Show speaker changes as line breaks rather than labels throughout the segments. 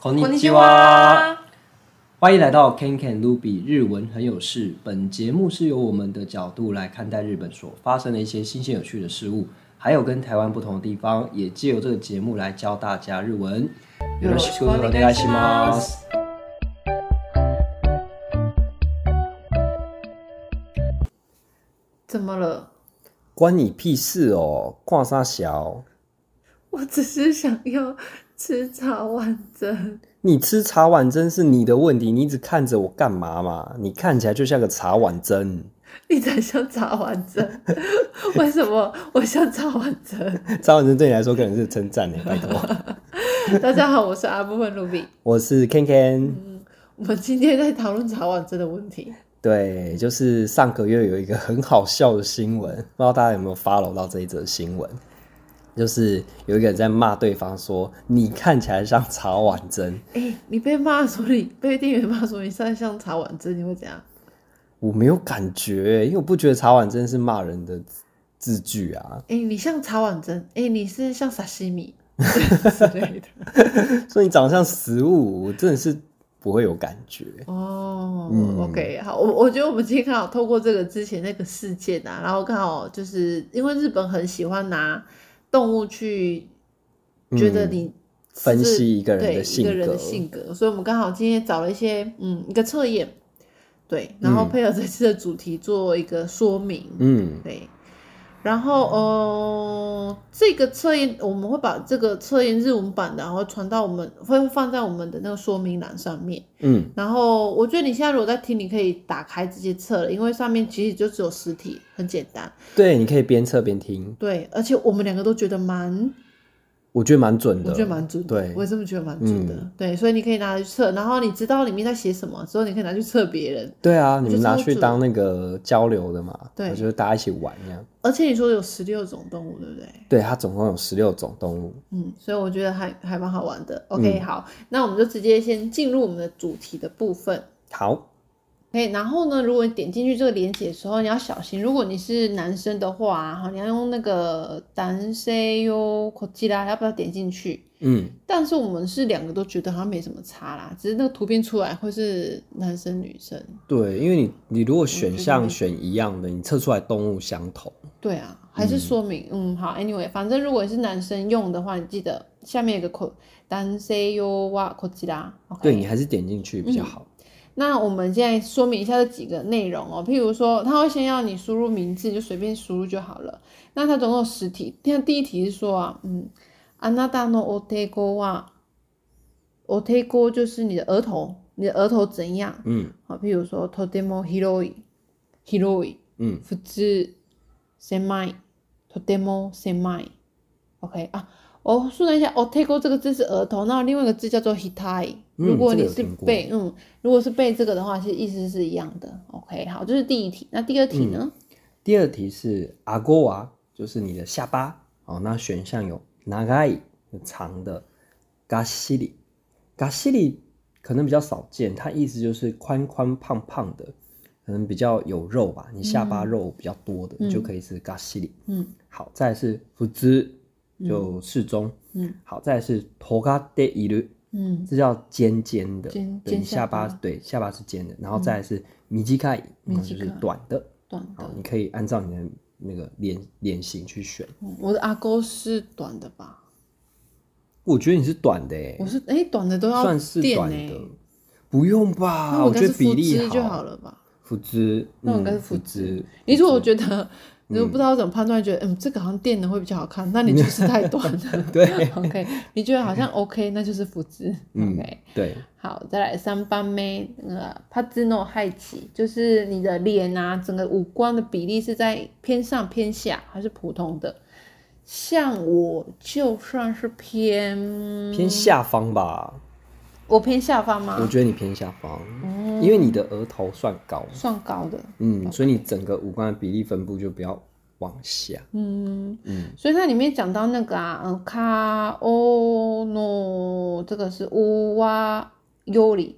こん
こん
に
に
ち
ち
は。
は。
欢迎来到 Ken Ken Ruby 日文很有事。本节目是由我们的角度来看待日本所发生的一些新鲜有趣的事物，还有跟台湾不同的地方，也借由这个节目来教大家日文。
よろしくお願いします。怎么了？
关你屁事哦，挂沙小！
我只是想要吃茶碗蒸。
你吃茶碗蒸是你的问题，你一直看着我干嘛嘛？你看起来就像个茶碗蒸，
你才像茶碗蒸， 为什么我像茶碗蒸？
茶碗蒸对你来说可能是称赞呢，欸拜托。
大家好，我是阿部分卢比。
我是 Ken Ken。
我们今天在讨论茶碗蒸的问 题。
对，就是上个月有一个很好笑的新闻，不知道大家有没有 follow 到这一则新闻？就是有一个人在骂对方说：“你看起来像茶碗蒸。
哎、你被骂说你被店员骂说你像像茶碗蒸，你会怎样？”
我没有感觉，因为我不觉得茶碗蒸是骂人的字句啊，
哎、你像茶碗蒸，哎、你是像沙西米之 类的。
所以你长得像食物，我真的是不会有感觉。
哦、
嗯
o k 好，我我觉得我们今天刚好透过这个之前那个事件啊，然后刚好就是因为日本很喜欢拿动物去觉得
嗯
你是
分析一个人
对
的
一
性
个人
格
的，性格，所以我们刚好今天找了一些嗯一个测验，对，然后
嗯
配合这次的主题做一个说明，
嗯，
对，然后呃，这个测验我们会把这个测验日文版的，然后传到我们会放在我们的那个说明栏上面。
嗯
然后我觉得你现在如果在听，你可以打开直接测了，因为上面其实就只有实体，很简单。
对，你可以边测边听，
对，而且我们两个都觉得蛮，
我觉得蛮准的，
我觉得蛮准的，
对
我也这么觉得蛮准的。
嗯
对，所以你可以拿去测，然后你知道里面在写什么之后，你可以拿去测别人。
对啊，你
就
们拿
超
去
准
当那个交流的嘛，
对
就是大家一起玩这样。
而且你说有十六种动物，对不对？
对，它总共有十六种动物。
嗯，所以我觉得还还蛮好玩的。OK，、
嗯
好，那我们就直接先进入我们的主题的部分。
好，
OK，然后呢，如果你点进去这个链接的时候，你要小心。如果你是男生的话，啊哈，你要用那个男生哟，口技啦，要不要点进去？
嗯，
但是我们是两个都觉得好像没什么差啦，只是那个图片出来会是男生女生。
对，因为你你如果选项
嗯
选一样的，你测出来动物相同。
对啊，还是说明，嗯，好，anyway，反正如果是男生用的话，你记得下面有个口男生哟哇口技啦。OK，
对你还是点进去比较
嗯
好。
那我们现在说明一下这几个内容哦，譬如说，他会先要你输入名字，你就随便输入就好了。那它总共有十题，那第一题是说啊，嗯，あなたのお手ごは，お手ご就是你的额头，你的额头怎样？
嗯
好，譬如说，とても広い、広い、
嗯
普通、狭い、とても狭い。OK 啊，我速算一下哦 t a k e 这个字是额头，那另外一个字叫做 hitai。
嗯
如果
这个
你
有
是
听过
背，嗯，如果是背这个的话，其实意思是一样的。OK，好，这是第一题。那第二题呢？
第二题是阿哥娃，就是你的下巴。哦，那选项有 nagai 长的，gashiri，gashiri 可能比较少见，它意思就是宽宽胖胖的，可能比较有肉吧，你下巴
嗯
肉比较多的，你就
嗯
可以是 gashiri。
嗯
好，再来是福之，就适中。
嗯
好，再来是头嘎得一路，
嗯
这叫尖尖的，
尖
对，
尖
你下
下巴嗯
巴对下巴是尖的，然后再来是米基盖，然后就是
短
短的。
短
好
的，，
你可以按照你的那个脸脸型去选。
嗯我的阿勾是短的吧？
我觉得你是短的诶
我，是哎，短的都要
算是
垫
短
欸
的，不用
那
吧？我
我应该
觉
是
得比
腹
例
肌就好了吧？
福之，
那我应该
嗯
是腹
之
肌。你说我觉得，如果不知道怎么判断，觉得嗯，这个好像垫的会比较好看，那你就是太短了。
对
，OK，你觉得好像 OK，那就是福字。
嗯
OK，
对，
好，再来三番妹，那个帕兹诺害奇，就是你的脸啊，整个五官的比例是在偏上偏下还是普通的？像我就算是偏嗯
偏下方吧，
我偏下方
我
吗？
觉得你偏下方，
嗯
因为你的额头算高，
算高的，
嗯，所以你整个五官的比例分布就不要往下。
嗯，
嗯
所以它里面讲到那个啊，嗯，卡欧诺，这个是乌哇尤里，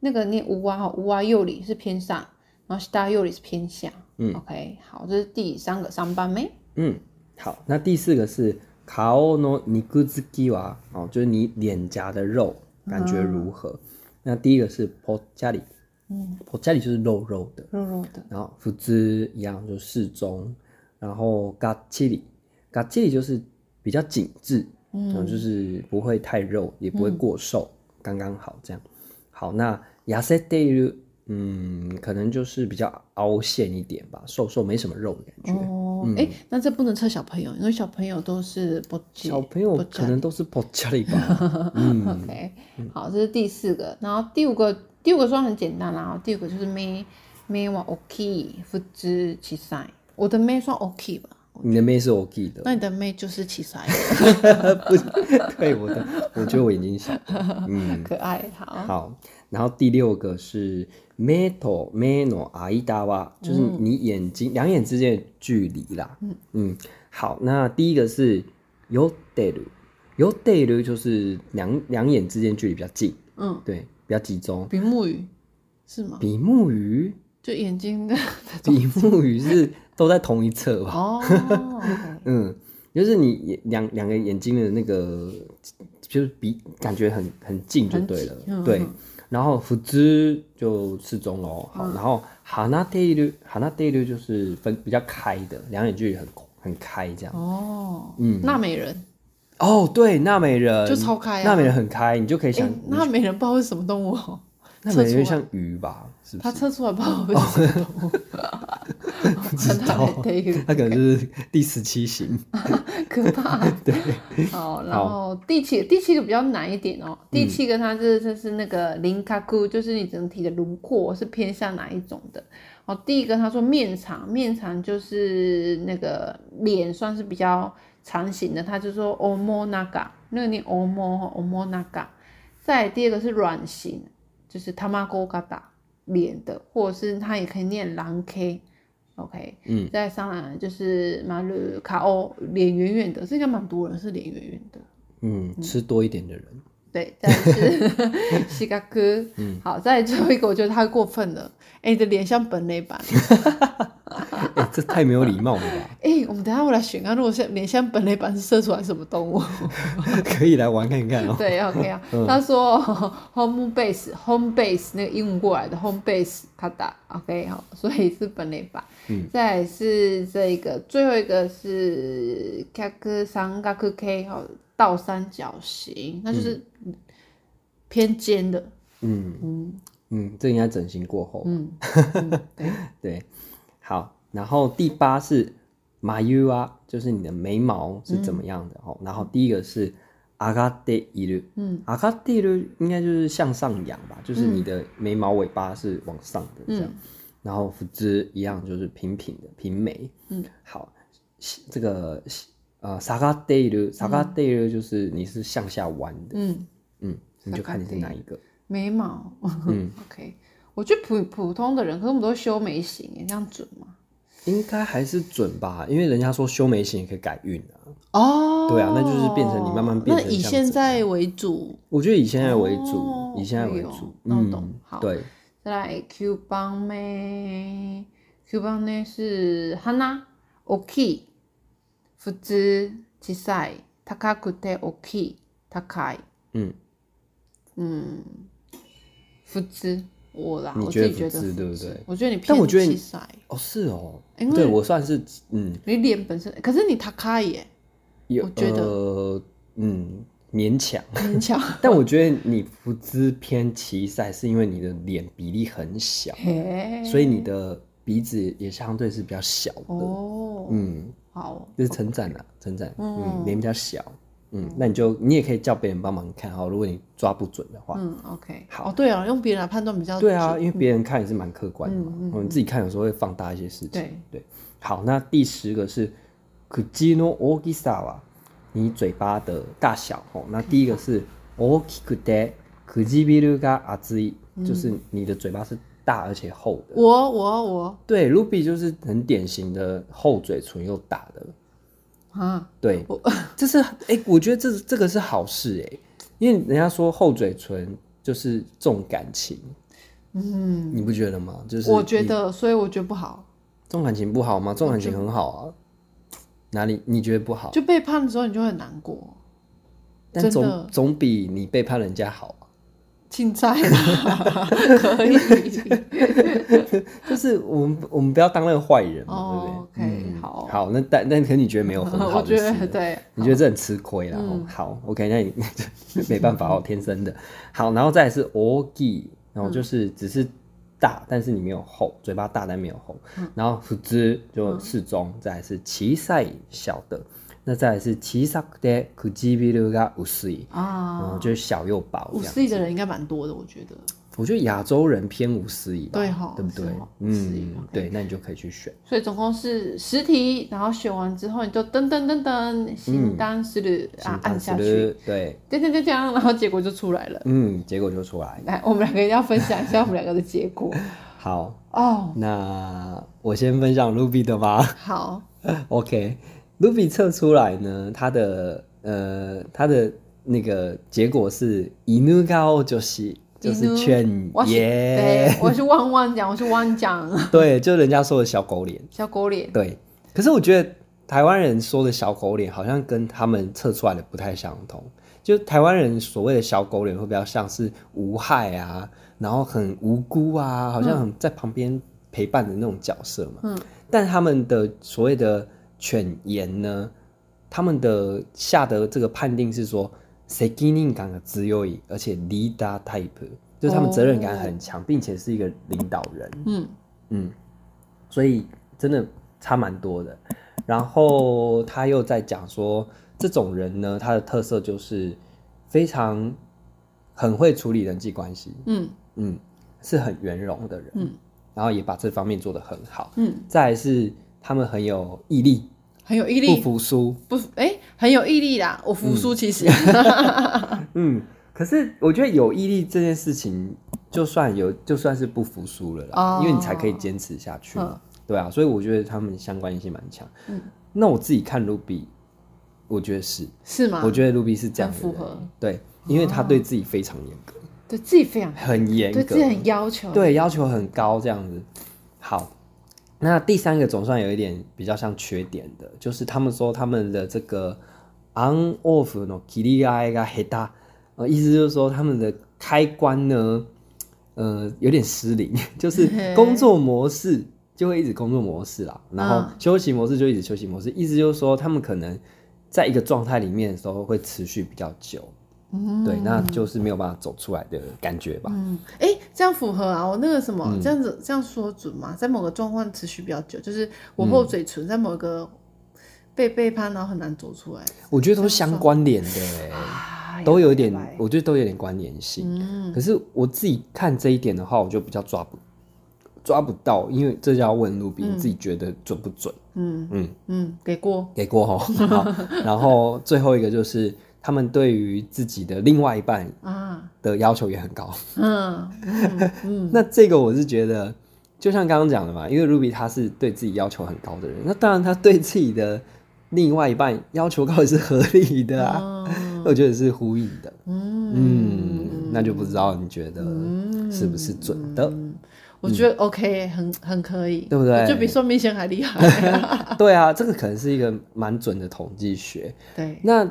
那个念乌哇哈，乌哇尤里是偏上，然后西达尤里是偏下。
嗯
，OK，好，这是第三个上班妹。
嗯，好，那第四个是卡欧诺尼古兹基瓦哦，就是你脸颊的肉感觉如何？那第一个是 po 家里，嗯，po 家里就是肉肉的，
肉肉的，
然后福之一样就适中，然后嘎七里，嘎七里就是比较紧致，嗯，就是不会太肉，也不会过瘦，刚刚好这样。好，那亚塞德鲁，嗯，可能就是比较凹陷一点吧，瘦瘦没什么肉的感觉。
哦，
嗯
哎、那这不能测小朋友，因为小朋友都是不
小朋友可能 都是 po 家里吧，嗯，
OK，好，这是第四个，然后第五个，第五个算很简单啦。然后第五个就是咩咩哇 OK，不知其赛，我的咩算 OK 吧？
你的妹是 OK 的，
那你的咩就是其赛，
不是，对我的，我觉得我眼睛小，嗯。
可爱。好，
好，然后第六个是 meto meno aida wa，就是你眼睛、两眼之间的距离啦。嗯好，那第一个是 yoderu yoderu，就是两两眼之间距离比较近，
嗯，
对，比较集中。
比目鱼是吗？
比目鱼，
就眼睛的
比目鱼是都在同一侧吧？
哦，OK，
嗯，就是你眼两两个眼睛的那个，就是比感觉很很近就对了，
很近嗯
对
嗯。
然后福之就适中喽，好，然后哈纳德鲁哈纳德鲁就是分比较开的，两眼距离很很开这样。
哦，嗯，娜美人，
哦，对，纳美人
就超开啊
纳美人很开，你就可以
哎、
想，
娜美人不知道是什么动物哦，
纳美人有点
测出来
像鱼吧，是不
啊他
是？
测出来不知道会是什么 动物，知
道它可能就是第十七型，
可怕。 对，好，然后第七第七个比较难一点哦。第七个它是这是那个林卡库，就是你整体的轮廓是偏向哪一种的。哦，第一个他说面长，面长就是那个脸算是比较长形的，他就说 omo naga，那个念 omo omo naga。再来第二个是软形，就是 tamago gada 脸的，或者是它也可以念狼 k。OK，
嗯，
再上来就是马鲁卡欧脸圆圆的，这应该蛮多人是脸圆圆的。
嗯，吃多一点的人，
对，再来是西嘎哥，好，再来最后一个，我觉得太过分了。哎、你的脸像本垒版，
哎、这太没有礼貌了吧？
哎、我们等一下我来选看，如果像脸像本垒版是射出来什么动物？
可以来玩看看哦。
对，OK 啊，他说 home base home base 那个英文过来的 home base 卡达，OK 好，所以是本垒版。
嗯
再来是这一个，最后一个是 kaku 三 kaku k 好倒三角形，那就是偏尖的，
嗯
嗯
嗯，这应该整形过后。
嗯，对，
对，好，然后第八是马 u 啊，就是你的眉毛是怎么样的哦。然后第一个是阿嘎德伊鲁，
嗯，
阿嘎德伊鲁应该就是向上扬吧，就是你的眉毛尾巴是往上的这样。
嗯
然后福之一样就是平平的平眉，
嗯，
好，西这个西呃萨嘎德伊鲁萨嘎德伊鲁就是你是向下弯的，
嗯，
嗯，你就看你是哪一个，
眉毛，
嗯
，OK，我觉得普普通的人，可是我们都修眉型，哎这样准吗？
应该还是准吧，因为人家说修眉型也可以改运啊。
哦，
对啊那就是变成你慢慢变成
那以
像
现
怎
在为主，
我觉得以现在为主，
哦
以现在为
可以
主嗯
哦，那我懂好
对，
再来 Q 帮妹，Q 帮呢是 Hana Oki，福之小さい高くて大きい高い，
嗯，
嗯，福之我啦，
你
我
觉
自
得
己觉得
福之
福
对不
之
对
我觉得你偏
但我觉得你
小さい
哦，是哦，
因为
对我算是嗯，
你脸本身，可是你高い 耶，
有
我觉得
呃、嗯勉强，
勉强，
但我觉得你福姿偏奇赛，是因为你的脸比例很小，
嘿，
所以你的鼻子也相对是比较小的，
哦，
嗯，
好，
这是称赞啦，称赞，
嗯
嗯，脸比较小，嗯，那你就你也可以叫别人帮忙看哦，如果你抓不准的话，
嗯，OK，
好
哦，对啊，用别人来判断比较
对啊，
准
因为别人看也是蛮客观的嘛，
嗯嗯嗯
我们自己看有时候会放大一些事情。
对
好，那第十个是 Kujino Ogisawa，你嘴巴的大小哦。那第一个是 Okikude Kujibiru ga azui，就是
嗯
你的嘴巴是大而且厚的。
我我我
对，Ruby 就是很典型的厚嘴唇又大的。
啊，
对， 这是哎、诶我觉得这这个是好事哎、因为人家说厚嘴唇就是重感情，
嗯，
你不觉得吗？就是
我觉
你
得，所以我觉得不好，
重感情不好吗？重感情很好啊，哪里你觉得不好？
就背叛的时候你就会很难过。
但
真的
总总比你背叛人家好啊。
青 菜啦，可以。
就是我们我们不要当那个坏人嘛
哦，
对不对
OK，
嗯
好
好，那但但可是你觉得没有很好
我
的
觉
事，啊
得对，
你觉得这很吃亏
嗯
啦？哦好，OK，那你 没办法哦，天生的。好，然后再来是 ogi，然
嗯
后就是只是大，但是你没有厚，嘴巴大但没有厚。
嗯
然后 f u 就适中，再来是奇赛小的，那再来是奇萨的 kujibiru ga usui，然后
啊，
嗯就是小又薄
五
这样。
十亿的人应该蛮多的，我觉得。
我觉得亚洲人偏无私吧，
对吼
对不对
是吼？是
嗯
，OK，
对，那你就可以去选。
所以总共是十题，然后选完之后你就噔噔噔噔，
嗯
新单是的啊按下去，，
对，
噔噔噔噔，然后结果就出来了。
嗯，结果就出来。
来，我们两个一定要分享一下我们两个的结果
好，
哦。
那我先分享 Ruby 的吧。
好，
OK，Ruby 测出来呢，它的呃，它的那个结果是 inu gao 就是就是
犬
犬
我是
耶，
对，我是汪汪讲，我是汪讲，
对，就人家说的小狗脸。
小狗脸。
对，可是我觉得台湾人说的小狗脸好像跟他们测出来的不太相同。就台湾人所谓的小狗脸，会比较像是无害啊，然后很无辜啊，好像很在旁边陪伴的那种角色嘛。
嗯，
但他们的所谓的犬言呢，他们的下的这个判定是说，谁给你感的自由意，而且 leader type，就是他们责任感很强，并且是一个领导人。
嗯，
嗯，所以真的差蛮多的。然后他又在讲说，这种人呢，他的特色就是非常很会处理人际关系，
嗯
嗯，是很圆融的人，
嗯，
然后也把这方面做得很好。
嗯，
再来是他们很有毅力，
很有毅
不
力，
服输，
不服，哎、很有毅力啦。我服输，其实、
嗯。可是我觉得有毅力这件事情，就算有，就算是不服输了啦，
哦
因为你才可以坚持下去嘛。对啊，所以我觉得他们相关性蛮强。
嗯，
那我自己看 Ruby，我觉得是，
是吗？
我觉得 Ruby 是这样的
啊很符
人
合
对，因为他对自己非常严格，
对自己非常
很严
对自己
格，
很要求。，
对要求很高这样子。好，那第三个总算有一点比较像缺点的，就是他们说他们的这个 on off 呢 k i r i a ga heta，呃，意思就是说他们的开关呢，呃，有点失灵，就是 工作模式就会一直工作模式啦，然后
嗯
休息模式就一直休息模式，意思就是说他们可能在一个状态里面的时候会持续比较久，
嗯
对，那就是没有办法走出来的感觉吧。
嗯，哎、这样符合啊。我那个什
嗯
么，这样子这样说准吗？在某个状况持续比较久，就是
嗯
我厚嘴唇在某个被背叛，然后很难走出来。
我觉得都是相关联的、
哎呀
啊都有一点
拜拜，
我觉得都有点关联性。
嗯
可是我自己看这一点的话，我就比较抓不抓不到，因为这就要问路比你自己觉得准不准？
嗯
嗯，
嗯，给过。
给过吼。 好，然后最后一个就是他们对于自己的另外一半
啊，
的要求也很高。
嗯嗯嗯，
那这个我是觉得，就像刚刚讲的嘛，因为 Ruby 他是对自己要求很高的人，那当然他对自己的另外一半要求高也是合理的啊，
嗯
我觉得是呼应的。嗯
嗯，
那就不知道你觉得是不是准的？
嗯我觉得 OK，很很可以，
对不对
就比算命先还厉 害。
对啊，这个可能是一个蛮准的统计学。
对，
那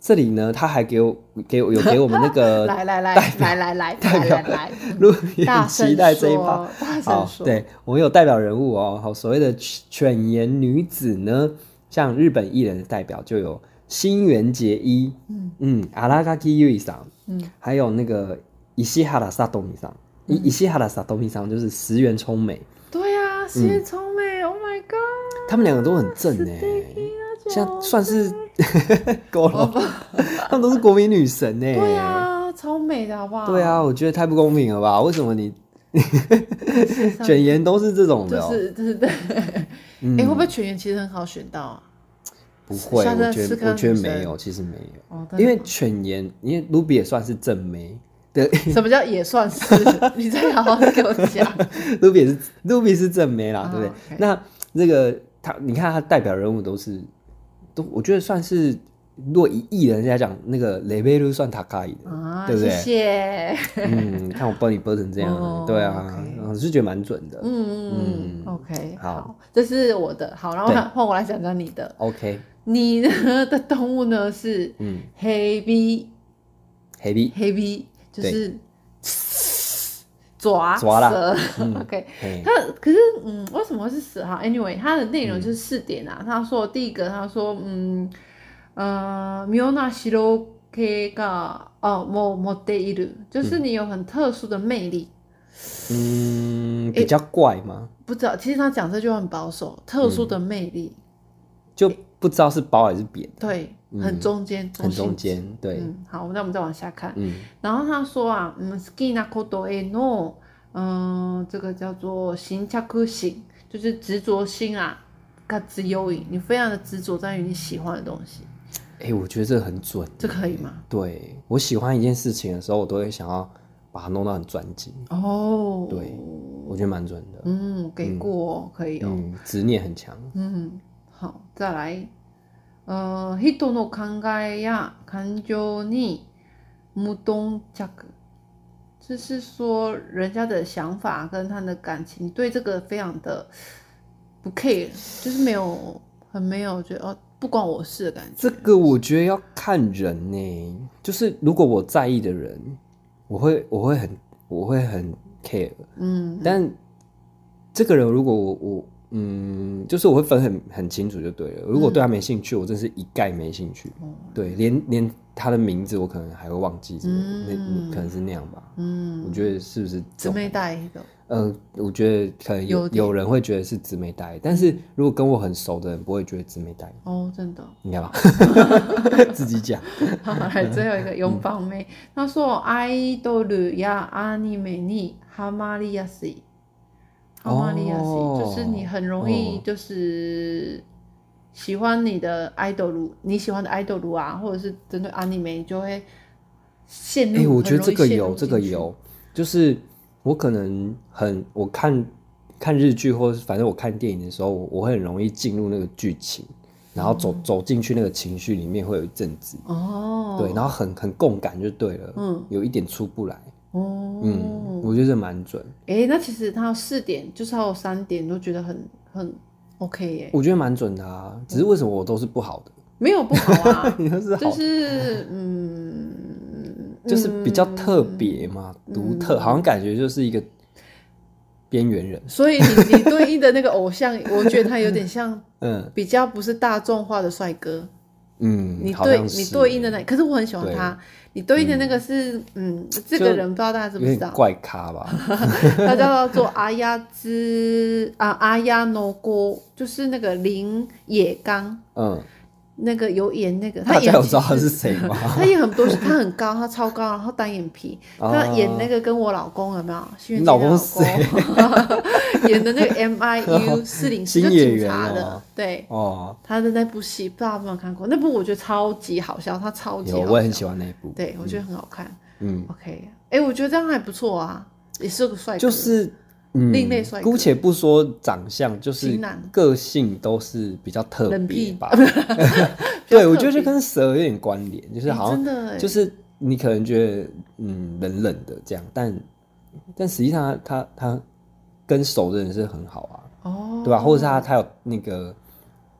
这里呢，他还给我给我有给我们那个
来来来来来来
代
来
表
来来，
路边
大声
期待这一趴。
说， 大声
好，
说，
对我们有代表人物哦。好，所谓的犬犬颜女子呢，像日本艺人的代表就有新垣结衣，
嗯
嗯，阿拉嘎基优伊桑，
嗯
还有那个伊西哈拉萨多米桑，伊伊西哈拉萨多米桑就是石原聪美，
对呀，石原聪美，Oh my God，啊
他们两个都很嗯正哎、现在算 是 够了吧，他们都是国民女神哎、
哦对啊呀，超美的好不好？
对，啊，我觉得太不公平了吧？为什么你
上
犬颜都是这种的、
就
哦？
是就是对，
嗯
哎，会不会全员其实很好选到啊？
不会，
像
我
这
觉
四
得
个
我觉得
女
没
神
有，其实没有，
哦，真的
因为
吗
犬颜，因为卢比也算是正妹， 对，
什么叫也 算是？你再好好地给我讲。
卢比也是卢比是正妹啦，对不对
哦，OK
那这个他，你看他代表人物都是，都我觉得算是，如果以艺人来讲，那个雷贝鲁算塔卡伊的，
啊，
对不对
谢谢。
嗯，看我帮你播成这样，
哦
对啊
OK，
我是觉得蛮准的。
嗯
嗯
嗯，OK，
好
好，这是我的。好，然后
对
换换我来讲讲你的。
OK，
你呢的动物呢是
嗯
黑 B
，Happy，
黑 B，就是爪
爪啦嗯
蛇。OK，
嘿
它可是嗯，为什么会是蛇哈？Anyway，它的内容
嗯
就是四点啊。他说第一个，他说嗯呃，妙な白系が哦も持っている，就是你有很特殊的魅力。
嗯，比较怪嘛，
不知道，其实他讲这句话很保守，特殊
嗯
的魅力，
就不知道是包还是扁，
对，很中间，
嗯很
性
中间，对，
嗯，好，那我们再往下看。
嗯
然后他说啊，嗯，ski na kodo e no，嗯，这个叫做行恰克行，就是执着心啊，嘎之优影，你非常的执着在于你喜欢的东西，
哎、我觉得这个很准，欸
这可以吗？
对我喜欢一件事情的时候，我都会想要把它弄到很专精，
哦，
对，我觉得蛮准的，
嗯，给过、哦，可以哦，
嗯，执念很强，
嗯，好，再来，呃，人の考えや感情に無頓着，就是说人家的想法跟他的感情对这个非常的不 care，就是没有很没有觉得哦不关我事的感觉。
这个我觉得要看人呢、就是如果我在意的人，我会我会很我会很 care，
嗯，
但这个人如果我我嗯，就是我会分很很清楚就对了。如果对他没兴趣，我真是一概没兴趣。
哦
对，连连他的名字我可能还会忘记之类的，那、
嗯
那可能是那样吧。我
嗯，
觉得是不是这
姊
种？
妹带一个，
嗯、我觉得可能有
有
有
点
人会觉得是姊妹带，但是如果跟我很熟的人不会觉得姊妹带，
哦，真的。
应 该吧？自己讲。
好，来最后一个
嗯
拥抱妹，他说アイドルやアニメにハマりやすい，ハマりやすい
哦
就是你很容易
哦
就是喜欢你的 idol，你喜欢的 idol 啊，或者是针对 anime 你就会陷入。
哎、我觉得
很容
这
易
个
陷入
有，这个
进去。
有，就是我可能很我看看日剧，或是反正我看电影的时候，我我会很容易进入那个剧情，然后走、走进去那个情绪里面，会有一阵子，
嗯哦，
对，然后很很共感就对了，
嗯
有一点出不来，
哦，
嗯，我觉得这蛮准，
哎、那其实他有四点，就是还有三点都觉得很很 OK 耶、
我觉得蛮准的啊，只是为什么我都是不好的，，
没有不好啊
你都是好的
就是嗯，
就是比较特别嘛，独、特，好像感觉就是一个边缘人，
所以你你对应的那个偶像，我觉得他有点像
嗯
比较不是大众化的帅哥。
嗯，
你
好
对
像
你
是
对应的那，可是我很喜欢
对
他。你对应的那个是，嗯，这个
就
人不知道大家知不
有
知
点
道，
怪咖吧。
他叫做阿亚之啊阿亚诺锅，就是那个林野刚，
嗯，
那个有演那个， 他
大
演
家有
其
知道他
实
是谁吗？
他演很多，他很高，他超高，然后单眼皮。他
哦
演那个跟我老公有没有？新垣
你老
结衣
公
老公 演的那个 M I U 四零 四
新
就
演
警
员
察的
哦，
对
哦，
他的那部戏，不知道有没有看过？那部我觉得超级好笑，他超级
有，
好
我也很
笑
喜欢那一部。
对，我觉得很好看。
嗯，
OK，哎，我觉得这样还不错啊，也是个帅哥，
就是嗯，
另类帅哥
姑且不说长相，就是
型男
个性都是比较特
冷
别
僻
吧。
比较
对，我觉
特
得就
别
跟蛇有点关联，就是
哎
好像
真的哎
就是你可能觉得嗯冷冷的这样，但但实际上他他他跟熟的人是很好啊，
哦，
对吧？或者是他他有那个。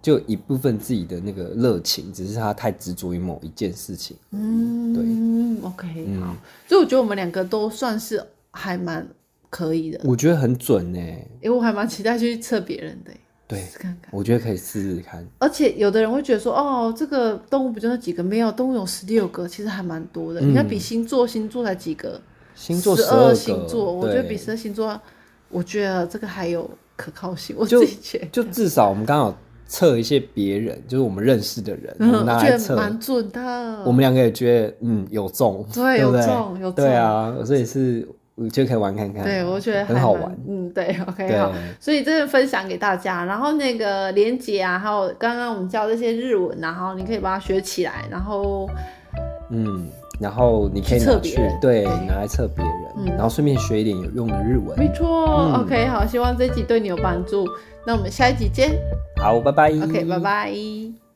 就一部分自己的那个热情，只是他太执着于某一件事情。
嗯，OK，好，所以我觉得我们两个都算是还蛮可以的，
我觉得很准呢、
因为我还蛮期待去测别人的，
对
试试看看。
我觉得可以试试看。
而且有的人会觉得说，哦，这个动物不就那几个？没有，动物有十六个，其实还蛮多的。你看，比星座，星座才几个？
嗯星座
十
二
二星座，我觉得比十
对
二星座，我觉得这个还有可靠性。我
就
自己觉得，
就至少我们刚好测一些别人，就是我们认识的人，我
嗯，
们 拿
我
来
觉得
测，
蛮准的。
我们两个也觉得嗯有中，
嗯对
不对
有中有中
对啊，所以是我觉得可以玩看看，
对，我觉得还
很好
蛮
玩，。
嗯，对，OK，
对
好，所以这个分享给大家。然后那个连接啊，还有刚刚我们教这些日文啊，然后你可以把它学起来，然后
嗯，然后你可以
去测
拿
别
去
人
对
对
拿来测别人，
嗯
然后顺便学一点有用的日文。
没错、o
嗯
k 好，希望这集对你有帮助。那我们下一集见
好，拜拜。
，OK，拜。拜。